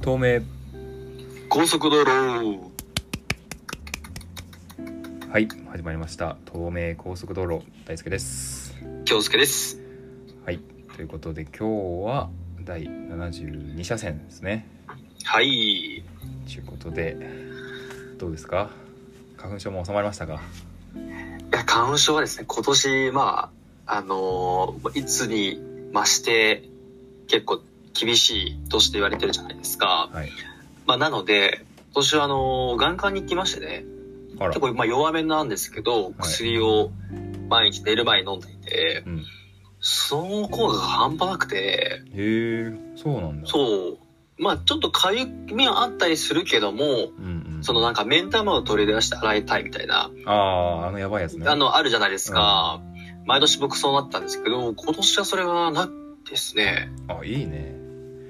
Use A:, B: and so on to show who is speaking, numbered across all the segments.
A: 透明
B: 高速道路
A: はい始まりました透明高速道路大輔です
B: 京介です
A: はいということで今日は第72車線ですね
B: はい
A: ということでどうですか花粉症も収まりましたか
B: いや花粉症はですね今年まああのーいつに増して結構厳しい年と言われてるじゃないですか、
A: はい
B: まあ、なので今年はあのー眼科に行きましてね
A: あら
B: 結構まあ弱めなんですけど薬を毎日寝る前に飲んでいて
A: うんへ
B: その効果が半端なくて
A: えそうなんだう
B: そうまあちょっとかゆみはあったりするけども
A: うんうん
B: そのなんか目ん玉を取り出して洗いたいみたいな
A: あああのやばいやつね
B: あの、あるじゃないですか。毎年僕そうなったんですけど、今年はそれはなくですね。
A: あいいね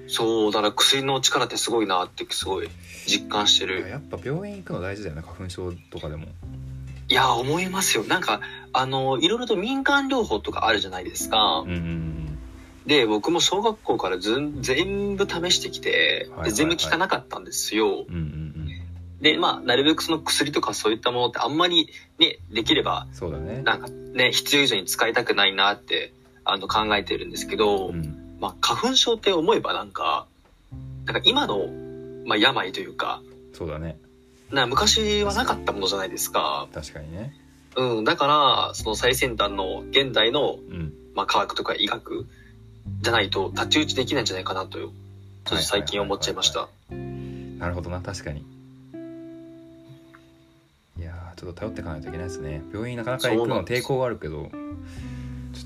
B: そう、だから薬の力ってすごいなって、すごい実感して
A: いや
B: る。
A: やっぱ病院行くの大事だよね花粉症とかでも
B: いや、思いますよ。なんか、あの、いろいろと民間療法とかあるじゃないですか
A: うん。うんうん
B: で、僕も小学校からずん全部試してきて
A: はいはい、は
B: で
A: い
B: 全部効かなかったんですよ。
A: うんうんうん
B: で、まあ、なるべくその薬とかそういったものってあんまりね、できれば、
A: そうだね
B: なんかね、必要以上に使いたくないなって、あの、考えてるんですけど、
A: うん
B: まあ、花粉症って思えばなんかなんか今の、まあ、病というか
A: そうだね
B: なんか昔はなかったものじゃないですか、
A: 確かにね
B: うん、だからその最先端の現代の、
A: うん
B: まあ、科学とか医学じゃないと太刀打ちできないんじゃないかなというちょっと最近思っちゃいました
A: なるほどな確かにいやーちょっと頼っていかないといけないですね病院なかなか行くの抵抗があるけどちょっ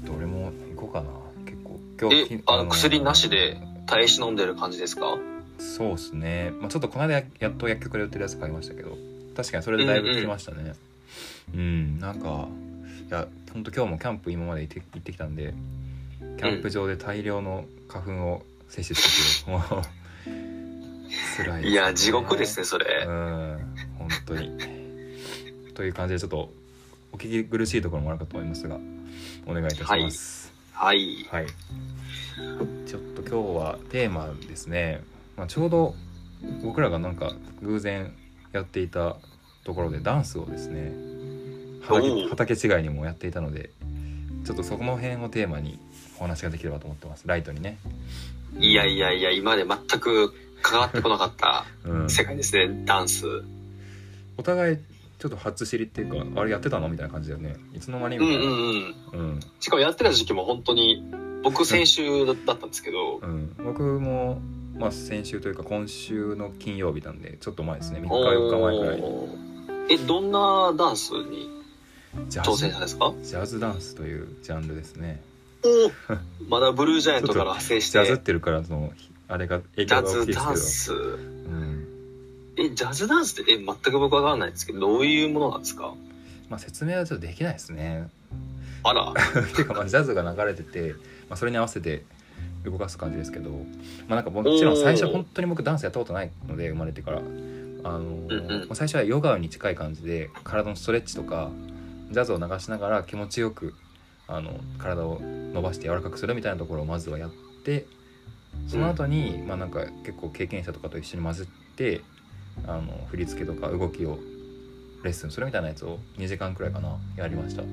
A: と俺も行こうかな結構今
B: えあの薬なしで耐え忍んでる感じですか
A: そうっすね、まあ、ちょっとこの間ややっと薬局で売ってるやつ買いましたけど確かにそれでだいぶ効きましたねうん、なんかいやほんと今日もキャンプ今まで行って行ってきたんでキャンプ場で大量の花粉を摂取してて、もう 辛いですね
B: いや地獄ですねそれ
A: うん本当にという感じでちょっとお聞き苦しいところもあるかと思いますがお願いいたします
B: はい
A: はい、ちょっと今日はテーマですね、まあ、ちょうど僕らがなんか偶然やっていたところでダンスをですね畑
B: おう
A: 畑違いにもやっていたのでちょっとそこの辺をテーマにお話ができればと思ってますライトにね
B: いやいやいや今まで全く関わってこなかった
A: うん
B: 世界ですねダンス
A: お互いちょっと初知りっていうかあれやってたのみたいな感じだよねいつの間に
B: うん
A: み
B: う
A: たいな、
B: んうん
A: うん
B: しかもやってた時期も本当に僕先週だったんですけど
A: うん、僕も、まあ、先週というか今週の金曜日なんでちょっと前ですね3日4
B: お
A: 日前くらいに
B: ーえどんなダンスに
A: ジャ
B: 挑戦
A: ズ
B: したんですかお
A: ジャズダンスというジャンルですね
B: ーまだブルージャイアントから派生し
A: ジャズっててるからそのあれが影
B: ジ
A: 響
B: ャ
A: が大き
B: ズ
A: いです
B: ダ
A: け
B: ン
A: ど、
B: ス
A: うん
B: えジャズダンスってえ全く僕わからないんですけどどういうものなんですか
A: まあ、説明はちょっとできないですね
B: あら
A: っていうかまあジャズが流れてて、まあ、それに合わせて動かす感じですけど、まあ、なんかもちろん最初
B: おー
A: 本当に僕ダンスやったことないので生まれてから、あのー
B: うんうん
A: まあ最初はヨガに近い感じで体のストレッチとかジャズを流しながら気持ちよくあの体を伸ばして柔らかくするみたいなところをまずはやってその後に、まあなんか結構経験者とかと一緒に混ぜてあの振り付けとか動きをレッスンするみたいなやつを2時間くらいかなやりました。
B: う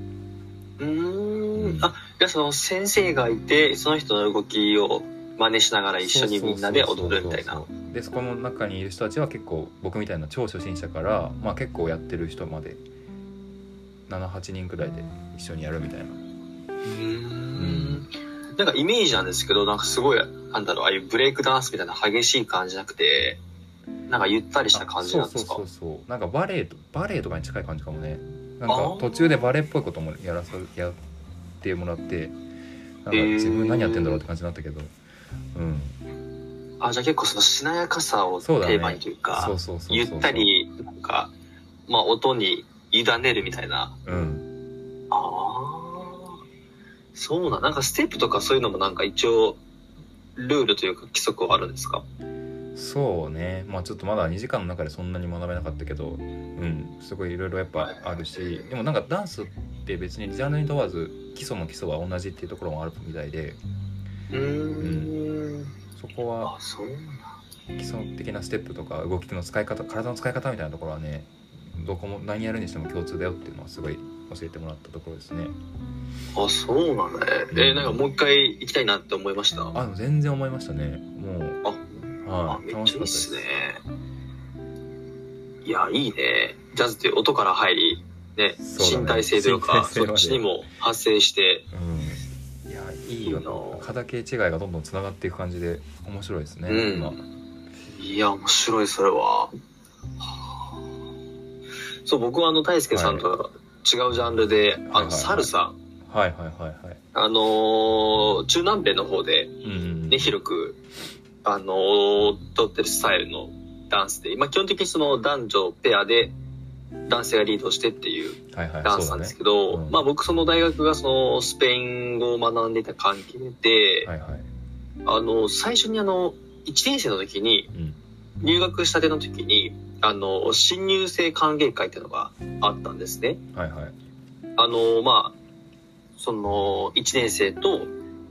B: ーんあじゃあその先生がいてその人の動きを真似しながら一緒にみんなで踊るみたい
A: そ
B: な
A: うそうそうそうでそこの中にいる人たちは結構僕みたいな超初心者から、まあ、結構やってる人まで78人くらいで一緒にやるみたいな
B: うーんなんかイメージなんですけどなんかすごいなんだろうああいうブレイクダンスみたいな激しい感じじゃなくてなんかゆったりした感じなんですか
A: あそうそうそうそうなんかバレエとバレエとかに近い感じかもねなん
B: あ
A: か
B: ー
A: 途中でバレエっぽいこともやらさやってもらってなんか
B: へー
A: 自分何やってんだろうって感じになったけど、うん
B: あじゃあ結構そのしなやかさをテ
A: そうだね
B: ーマにというか
A: そうそうそうそう
B: ゆったりなんかまあ音に委ねるみたいな
A: うん
B: あーそうなんなんかステップとかそういうのもなんか一応ルールというか規則はあるんですか
A: そうねまあちょっとまだ2時間の中でそんなに学べなかったけどうんすごいいろいろやっぱあるしでもなんかダンスって別にジャンルに問わず基礎の基礎は同じっていうところもあるみたいで
B: うーん
A: そこは
B: あそうなんだ
A: 基礎的なステップとか動きの使い方体の使い方みたいなところはねどこも何やるにしても共通だよっていうのはすごい教えてもらったところですね
B: あ、そうなんだね。え、なんかもう一回行きたいなって思いました。あ、
A: あの全然思いましたねもう
B: あ
A: はい
B: めっ
A: 楽しかっ
B: ちゃいい
A: た
B: っ
A: ですす
B: ね。いや、いいね。ジャズって音から入り、ね、
A: そうだね
B: 身体性というか、
A: 身体性まで
B: そっちにも発生して、
A: うんいやいいよ
B: いいな
A: 片形違いがどんどんつながっていく感じで面白いですね、
B: うん
A: 今
B: いや、面白い、それは。はあそう、僕はあの、大輔さんとは違うジャンルで、
A: い
B: あ
A: は
B: の、
A: い
B: サルサ、
A: はいはいはいはい
B: あのー中南米の方で、
A: うんうん
B: ね、広く、あのー踊ってるスタイルのダンスで、まあ、基本的にその男女ペアで、男性がリードしてっていう
A: はいはい
B: ダンスなんですけど、
A: うん
B: まあ僕その大学がそのスペイン語を学んでいた関係で、
A: はいはい
B: あの最初にあの1年生の時に
A: うん
B: 入学したての時にあの新入生歓迎会っていうのがあったんですね。
A: はいはい
B: あのまあその1年生と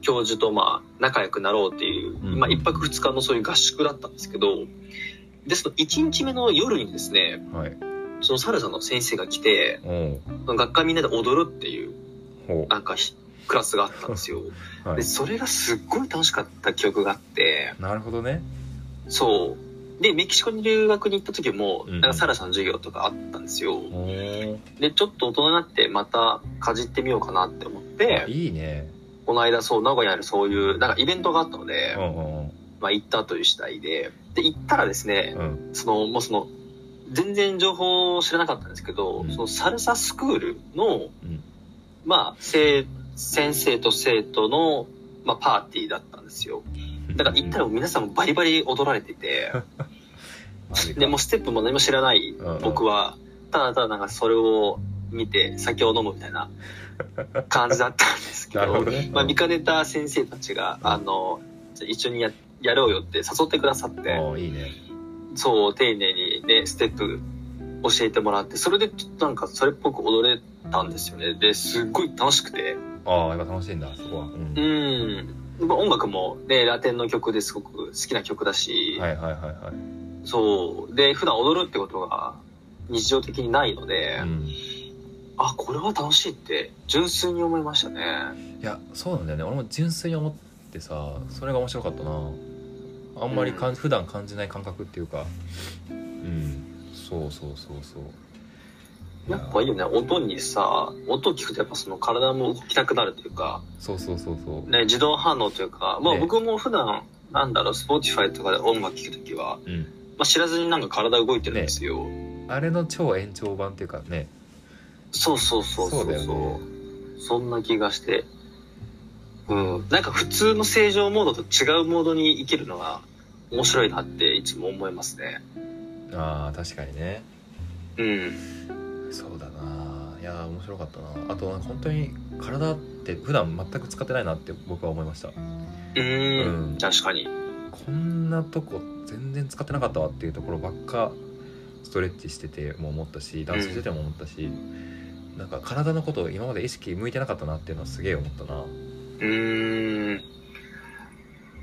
B: 教授とまあ仲良くなろうっていう、
A: ん
B: まあ1泊2日のそういう合宿だったんですけどでその1日目の夜にですね
A: はい
B: そのサルサの先生が来て
A: おう
B: その学科みんなで踊るっていう
A: ほ
B: なんかひクラスがあったんですよ。
A: うは
B: で
A: い
B: それがすっごい楽しかった記憶があって
A: なるほどね
B: そうでメキシコに留学に行った時も、
A: うん
B: なんかサラさんの授業とかあったんですよ
A: おー
B: でちょっと大人になってまたかじってみようかなって思って
A: いいね
B: この間そう名古屋にあるそういうなんかイベントがあったので、
A: うんうん
B: まあ、行ったという次第でで行ったらですね
A: うんうん
B: そのもうその全然情報を知らなかったんですけど、
A: うん
B: そのサルサスクール
A: う
B: の、
A: ん
B: まあ生先生と生徒の、まあ、パーティーだったんですよだから行ったら皆さんもバリバリ踊られてて
A: マジか
B: でもうステップも何も知らない
A: うん
B: 僕はただただなんかそれを見て酒を飲むみたいな感じだったんですけ
A: なる
B: ど
A: ほどね
B: まあ、見かねた先生たちが、
A: うん
B: あのじゃあ一緒にややろうよって誘ってくださって、
A: おーいいね
B: そう丁寧にねステップ教えてもらってそれでちょっとなんかそれっぽく踊れたんですよねですっごい楽しくて
A: ああやっぱ楽しいんだそこはうん
B: うんまあ音楽もねラテンの曲ですごく好きな曲だし、
A: はいはいはいはい
B: そうで普段踊るってことが日常的にないので、
A: うん
B: あこれは楽しいって純粋に思いましたね
A: いやそうなんだよね俺も純粋に思ってさそれが面白かったなあんまりかん、普段感じない感覚っていうかうんそうそうそうそう
B: やっぱいいよね音にさ音を聞くとやっぱその体も動きたくなるというか、
A: そうそうそうそう、
B: ね、自動反応というか、まあ、
A: ね
B: 僕も普段なんだろう Spotify とかで音楽聴くときは、
A: うん、
B: まあ、知らずになんか体動いてるんですよ、
A: あれの超延長版っていうかね
B: そうそうそうそうそう
A: だよね
B: そんな気がしてうんなんか普通の正常モードと違うモードに生きるのが面白いなっていつも思いますね
A: あー確かにね
B: うん
A: そうだないやー面白かったなあとなんか本当に体って普段全く使ってないなって僕は思いました
B: うーん
A: うん
B: 確かに
A: こんなとこ全然使ってなかったわっていうところばっかストレッチしてても思ったしダンスしてても思ったし、なんか体のことを今まで意識向いてなかったなっていうのはすげえ思ったな、
B: うーん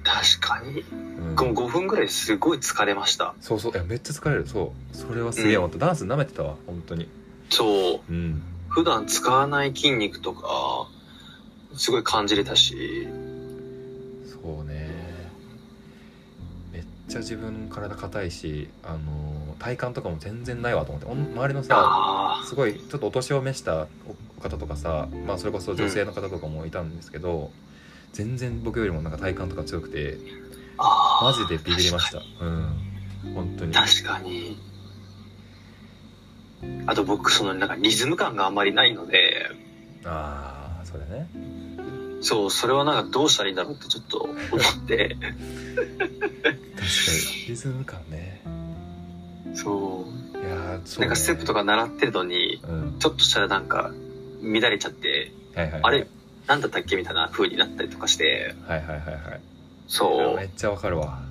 B: 確かに
A: うん
B: 僕も5分ぐらいすごい疲れました
A: そうそういやめっちゃ疲れるそうそれはすげえ思った、ダンス舐めてたわ本当に
B: そ
A: う
B: う
A: ん
B: 普段使わない筋肉とかすごい感じれたし
A: そうねめっちゃ自分体硬いしあのー体幹とかも全然ないわと思っておん周りのさ
B: あ
A: すごいちょっとお年を召したお方とかさ、まあ、それこそ女性の方とかもいたんですけど、全然僕よりもなんか体幹とか強くて
B: ああ
A: マ
B: あ
A: ジでビビりましたうん本当に
B: 確かにあと僕そのなんかリズム感があんまりないので
A: ああそれね
B: そうそれはなんかどうしたらいいんだろうってちょっと思って
A: 確かにリズム感ね
B: そう
A: いやーそう、
B: な
A: ね、
B: んかステップとか習ってるのに
A: うん
B: ちょっとしたらなんか乱れちゃって
A: はいはいはい
B: あれなんだったっけみたいな風になったりとかして
A: はいはいはいはい
B: そ
A: め
B: う
A: っちゃわかるわ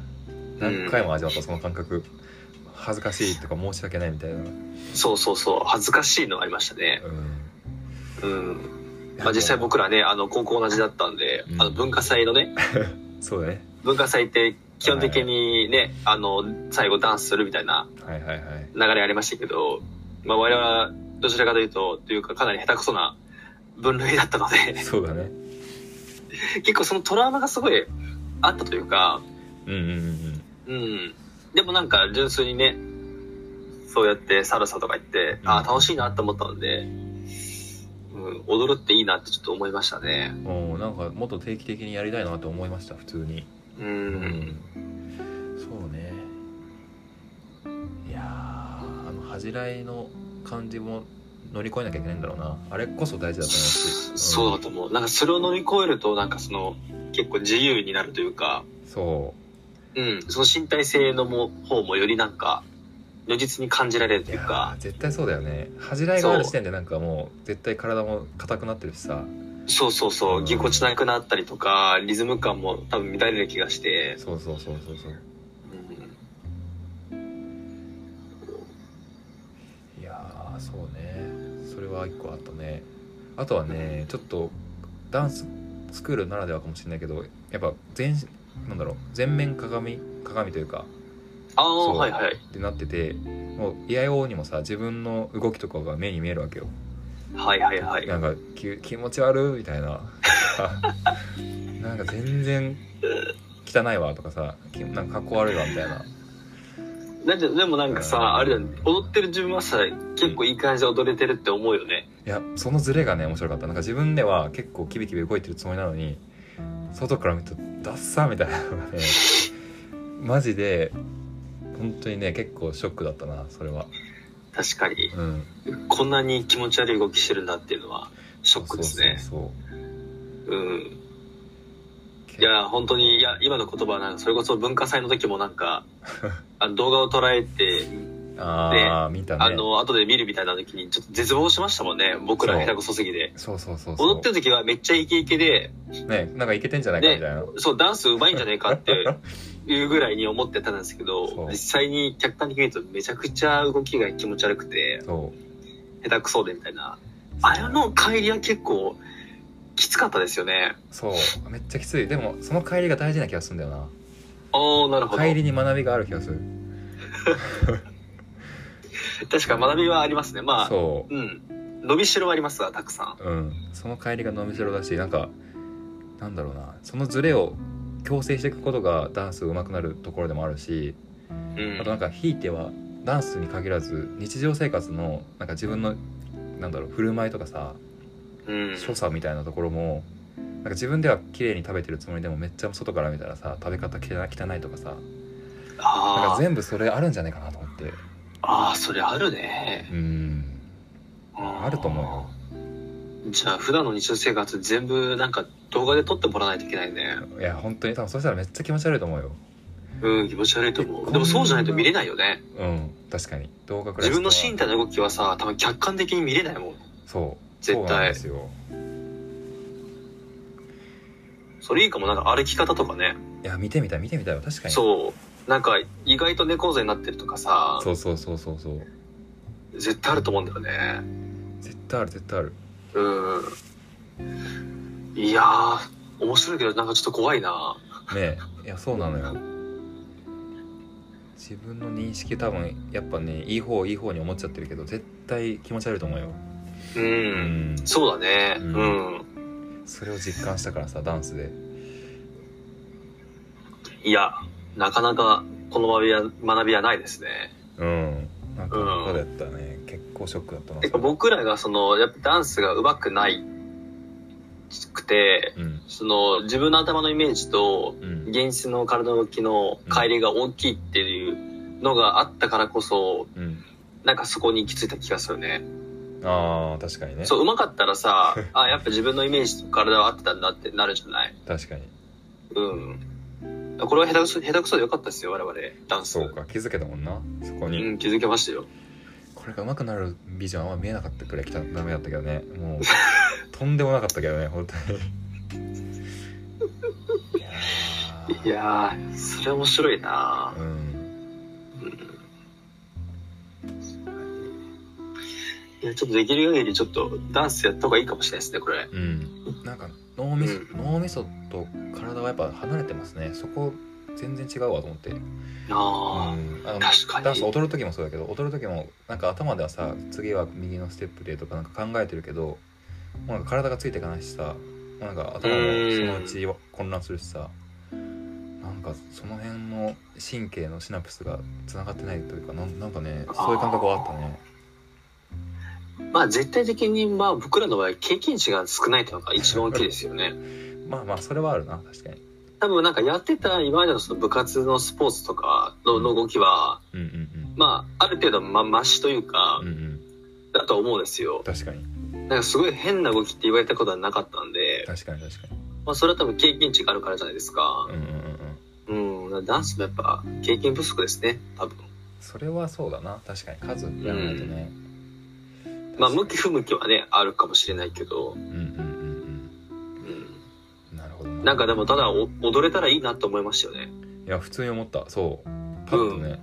A: 何回も味わったその感覚恥ずかしいとか申し訳ないみたいなうん
B: そうそうそう恥ずかしいのありましたねうん、まあ、実際僕らねあの高校同じだったんで、
A: うん
B: あの文化祭のね
A: そうだね
B: 文化祭って基本的にね、あの、最後ダンスするみたいな
A: はいはいはい
B: 流れありましたけど、まあ我々はどちらかというと、というかかなり下手くそな分類だったので、
A: そうだね
B: 結構そのトラウマがすごいあったというか、
A: うんうんうん
B: うん。でもなんか純粋にね、そうやってサルサとか行って、ああ、楽しいなって思ったので、うん、踊るっていいなってちょっと思いましたね。
A: うんおーなんかもっと定期的にやりたいなと思いました普通にう
B: う。
A: んんそうねいやーあの恥じらいの感じも乗り越えなきゃいけないんだろうなあれこそ大事だと思うし、ん
B: そうだと思う。なんかそれを乗り越えると、なんかその、結構自由になるというか、
A: そ
B: うん、その身体性のも方もよりなんか、如実に感じられる
A: う
B: と
A: い
B: いう
A: や
B: か
A: ー、絶対そうだよね恥じらいがある時点でなんかもう絶対体も硬くなってるしさ
B: そうそうそうう、
A: ん
B: ぎこちなくなったりとか、リズム感も多分乱れる気がして、
A: そうそうそうそうそう
B: うん、
A: いやーそうねそれは一個あったねあとはねちょっとダンススクールならではかもしれないけどやっぱ全なんだろう全面鏡鏡というか
B: ああ、
A: そう
B: はいはい。
A: ってなっててもう居合王にもさ自分の動きとかが目に見えるわけよ
B: はいはいはい。
A: なんかき気持ち悪いみたいな なんか全然汚いわとかさきなんかかっこ悪いわみたいな
B: なんででもなんかさ、あれだね、踊ってる自分はさ、結構いい感じで踊れてるって思うよね。
A: いやそのズレがね面白かったなんか自分では結構キビキビ動いてるつもりなのに外から見るとダッサーみたいな のがねマジで本当にね結構ショックだったなそれは
B: 確かに。
A: うん
B: こんなに気持ち悪い動きしてるんだっていうのは、ショックですね。
A: そう
B: う
A: そ
B: ん。
A: うそう
B: いや、本当に、いや、今の言葉はなんか、それこそ文化祭の時もなんか、 あの動画を捉えて、
A: ああ見たね
B: あの、後で見るみたいな時に、ちょっと絶望しましたもんね。僕ら下手くそすぎて。
A: そうそうそうそう
B: 踊ってる時はめっちゃイケイケで、
A: ねなんかいけてんじゃないか
B: ね
A: みたいな、
B: そう、ダンス上手いんじゃねえかっていうぐらいに思ってたんですけ
A: そ
B: ど
A: う、
B: 実際に客観的に見るとめちゃくちゃ動きが気持ち悪く て、
A: そう
B: 下手くそでみたいな。あれの帰りは結構、きつかったですよね。
A: そうめっちゃきついでもその帰りが大事な気がするんだよな
B: ああ、なるほど。
A: 帰りに学びがある気がする
B: 確か学びはありますね。まあ、
A: そう
B: うん。伸びしろはありますわ、たくさん。
A: うん、その帰りが伸びしろだしなんかなんだろうなそのズレを強制していくことがダンス上手くなるところでもあるし
B: うん
A: あと。なんかひいてはダンスに限らず日常生活のなんか自分のなんだろう振る舞いとかさ
B: うん。
A: 所作みたいなところもなんか自分では綺麗に食べてるつもりでもめっちゃ外から見たらさ食べ方汚い汚いとかさなん
B: あ
A: か
B: ー
A: 全部それあるんじゃないかなと思って
B: あー、それあるね。
A: うんあると思うよ
B: じゃあ普段の日常生活全部なんか動画で撮ってもらわないといけないね
A: いや本当に多分そしたらめっちゃ気持ち悪いと思うよ
B: うん気持ち悪いと思
A: え
B: うでもそうじゃないと見れないよね
A: うん確かに動画くらい
B: 自分の身
A: 体
B: 体の動きはさ多分客観的に見れないもん
A: そう
B: 絶対
A: そうなんですよ
B: それいいかもなんか歩き方とかね、
A: いや見てみたい見てみたいわ確かに
B: そうなんか意外と猫背になってるとかさ
A: そうそうそうそうそう
B: 絶対あると思うんだよね
A: 絶対ある絶対ある
B: うんいやー面白いけどなんかちょっと怖いな
A: ねえいやそうなのよ自分の認識多分やっぱねいい方いい方に思っちゃってるけど絶対気持ち悪いと思うよ
B: うん、
A: うん
B: そうだね
A: う
B: うんん、
A: それを実感したからさダンスで
B: いやなかなかこの学びは学びはないですね
A: うんなんか
B: うん
A: こうだったね、結構ショックだったな
B: てか
A: それ
B: 僕らがそのやっぱダンスが上手くないくて
A: うん
B: その自分の頭のイメージと
A: うん
B: 現実の体の動きの乖離が大きいっていうのがあったからこそ
A: うん
B: なんかそこに行き着いた気がするね
A: あー確かにね
B: そう上手かった らさあやっぱ自分のイメージと体は合ってたんだってなるじゃない
A: 確かに
B: うんこれは下手くそ下手くそでよかったですよ我々ダンス
A: そうか気づけたもんなそこに、
B: うん気づけましたよ
A: これが上手くなるビジョンは見えなかったくらいダメだったけどね もうとんでもなかったけどね本当にいやー
B: いやーそれ面白いな
A: うん
B: いや、ちょっとできる限りちょっとダンスやった方がいいかもしれないですね、これ。
A: うんなんか脳みそ、
B: うん
A: 脳みそと体はやっぱ離れてますねそこ全然違うわと思って、
B: あ
A: うんあの
B: 確かに
A: ダンス踊る時もそうだけど踊る時もなんか頭ではさ次は右のステップでとかなんか考えてるけどもうなんか体がついていかないしさもうなんか頭もそのうち混乱するしさなんかその辺の神経のシナプスがつながってないというかなんなんかねそういう感覚はあったね
B: あまあ絶対的にまあ僕らの場合経験値が少ないというのが一番大きいですよね
A: まあまあそれはあるな確かに
B: 多分なんかやってた今までのその部活のスポーツとかのの動きは
A: うんうん
B: まあある程度まマシというか
A: うんうんうん
B: だとは思うんですよ
A: 確かに
B: なんかすごい変な動きって言われたことはなかったんで、
A: 確かに確かに
B: まあ、それは多分経験値があるからじゃないですか
A: うんうんうんうん
B: うんダンスもやっぱ経験不足ですね多分
A: それはそうだな確かに数やらないとね、
B: まあ向
A: 確か
B: き不向きはねあるかもしれないけど、
A: にうんうんうん
B: うん、
A: うんなるほど
B: なんかでもただお踊れたらいいなと思いましたよね
A: いや普通に思ったそうパッとね、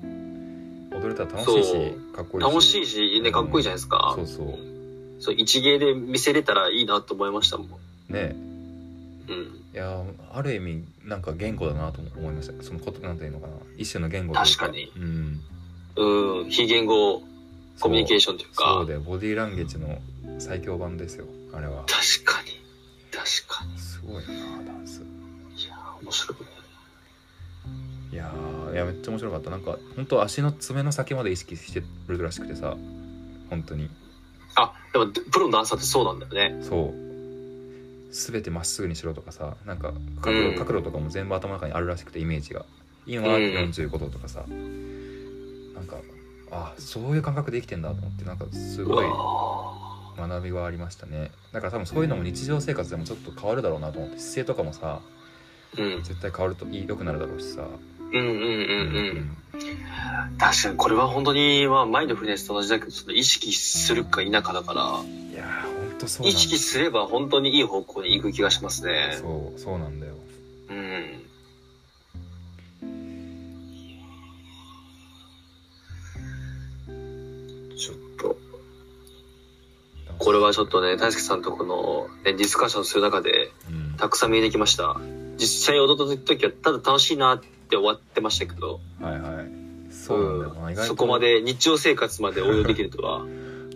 A: 踊れたら楽しい
B: そ
A: しかっこいいし
B: 楽しいしねかっこいいじゃないですか、
A: そうそう
B: そう一芸で見せれたらいいなと思いましたもん
A: ね
B: うん
A: いやある意味なんか言語だなと思いましたそのことなんていうのかな一種の言語という
B: 確かに
A: うん
B: うん非言語コミュニケー
A: シ
B: ションという
A: そう
B: か
A: でボディーランゲージの最強版ですよあれは
B: 確かに確かに
A: すごいよなダンス
B: いやー面白いね
A: いやーいやめっちゃ面白かったなんか本当足の爪の先まで意識してるらしくてさ本当に
B: あでもプロのダンサーってそうなんだよね
A: そう全てまっすぐにしろとかさなんか角度,、
B: うん
A: 角度とかも全部頭の中にあるらしくてイメージが今は
B: うん
A: 45度とかさ、なんかあそういう感覚で生きてんだと思ってなんかすごい学びはありましたねだから多分そういうのも日常生活でもちょっと変わるだろうなと思って姿勢とかもさ
B: うん、
A: 絶対変わるといい良くなるだろうしさ
B: うんうん
A: う
B: う
A: ん
B: うん確かにこれは本当にまあ前のフレーズと同じだけどその意識するか否かだか
A: いやーほんとそうな
B: ら意
A: んだ
B: 識すれば本当にいい方向に行く気がしますね
A: そうそうなんだよ
B: うんちょっとこれはちょっとね大輔さんとこの、ね、ディスカッションする中で
A: うん
B: たくさん見えてきました実際踊った時はただ楽しいなって終わってましたけど
A: はいはいそうなんだよな、意外と
B: そこまで日常生活まで応用できるとは
A: う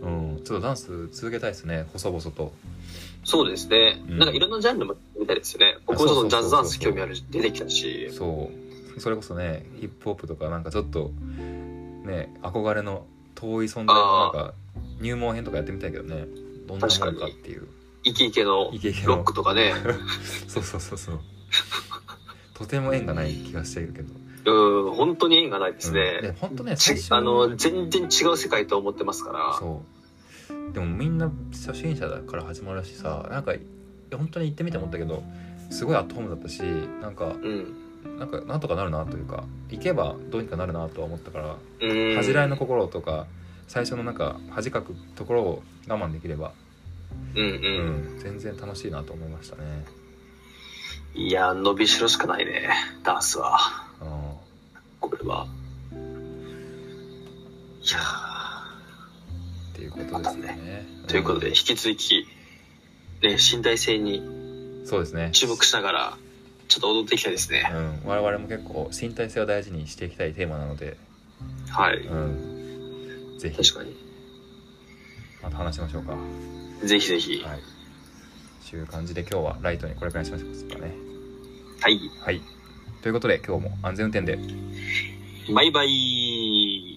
A: ん、ちょっとダンス続けたいですね細々と
B: そうですね、
A: うん
B: なんかいろんなジャンルもみたいですよね僕もちょっとジャズダンス興味あるし出てきたし
A: そうそれこそねヒップホップとかなんかちょっとね憧れの遠い存在のなんか入門編とかやってみたいけどねどんなものかっていう
B: イケイケの
A: イケイケ
B: ロッ
A: の
B: クとかね
A: そうそうそうそうとても縁がない気がしているけど
B: うん本当に縁がないですね、
A: うん、で本当ね
B: ち
A: 最初
B: あの全然違う世界と思ってますから
A: そうでもみんな初心者だから始まるしさなんか本当に行ってみて思ったけどすごいアットホームだったしなんか
B: うん
A: なんかなんとかなるなというか行けばどうにかなるなとは思ったから
B: うん
A: 恥じらいの心とか最初のなんか恥かくところを我慢できれば、
B: うんう、
A: うんん、全然楽しいなと思いましたね。
B: いや伸びしろしかないねダンスは
A: うん
B: これはいや
A: っていうことですよね。
B: ーということで
A: ん
B: 引き続き、ね、身体性に
A: そうですね
B: 注目しながらちょっと踊っていきたいですね
A: うん、我々も結構身体性を大事にしていきたいテーマなので、
B: はい
A: うん、ぜひ
B: 確かに
A: また話しましょうか。は
B: ぜひぜひ
A: い。という感じで今日はライトにこれくらいにしましょうかね。
B: はい
A: はい。ということで今日も安全運転で。
B: バイバイ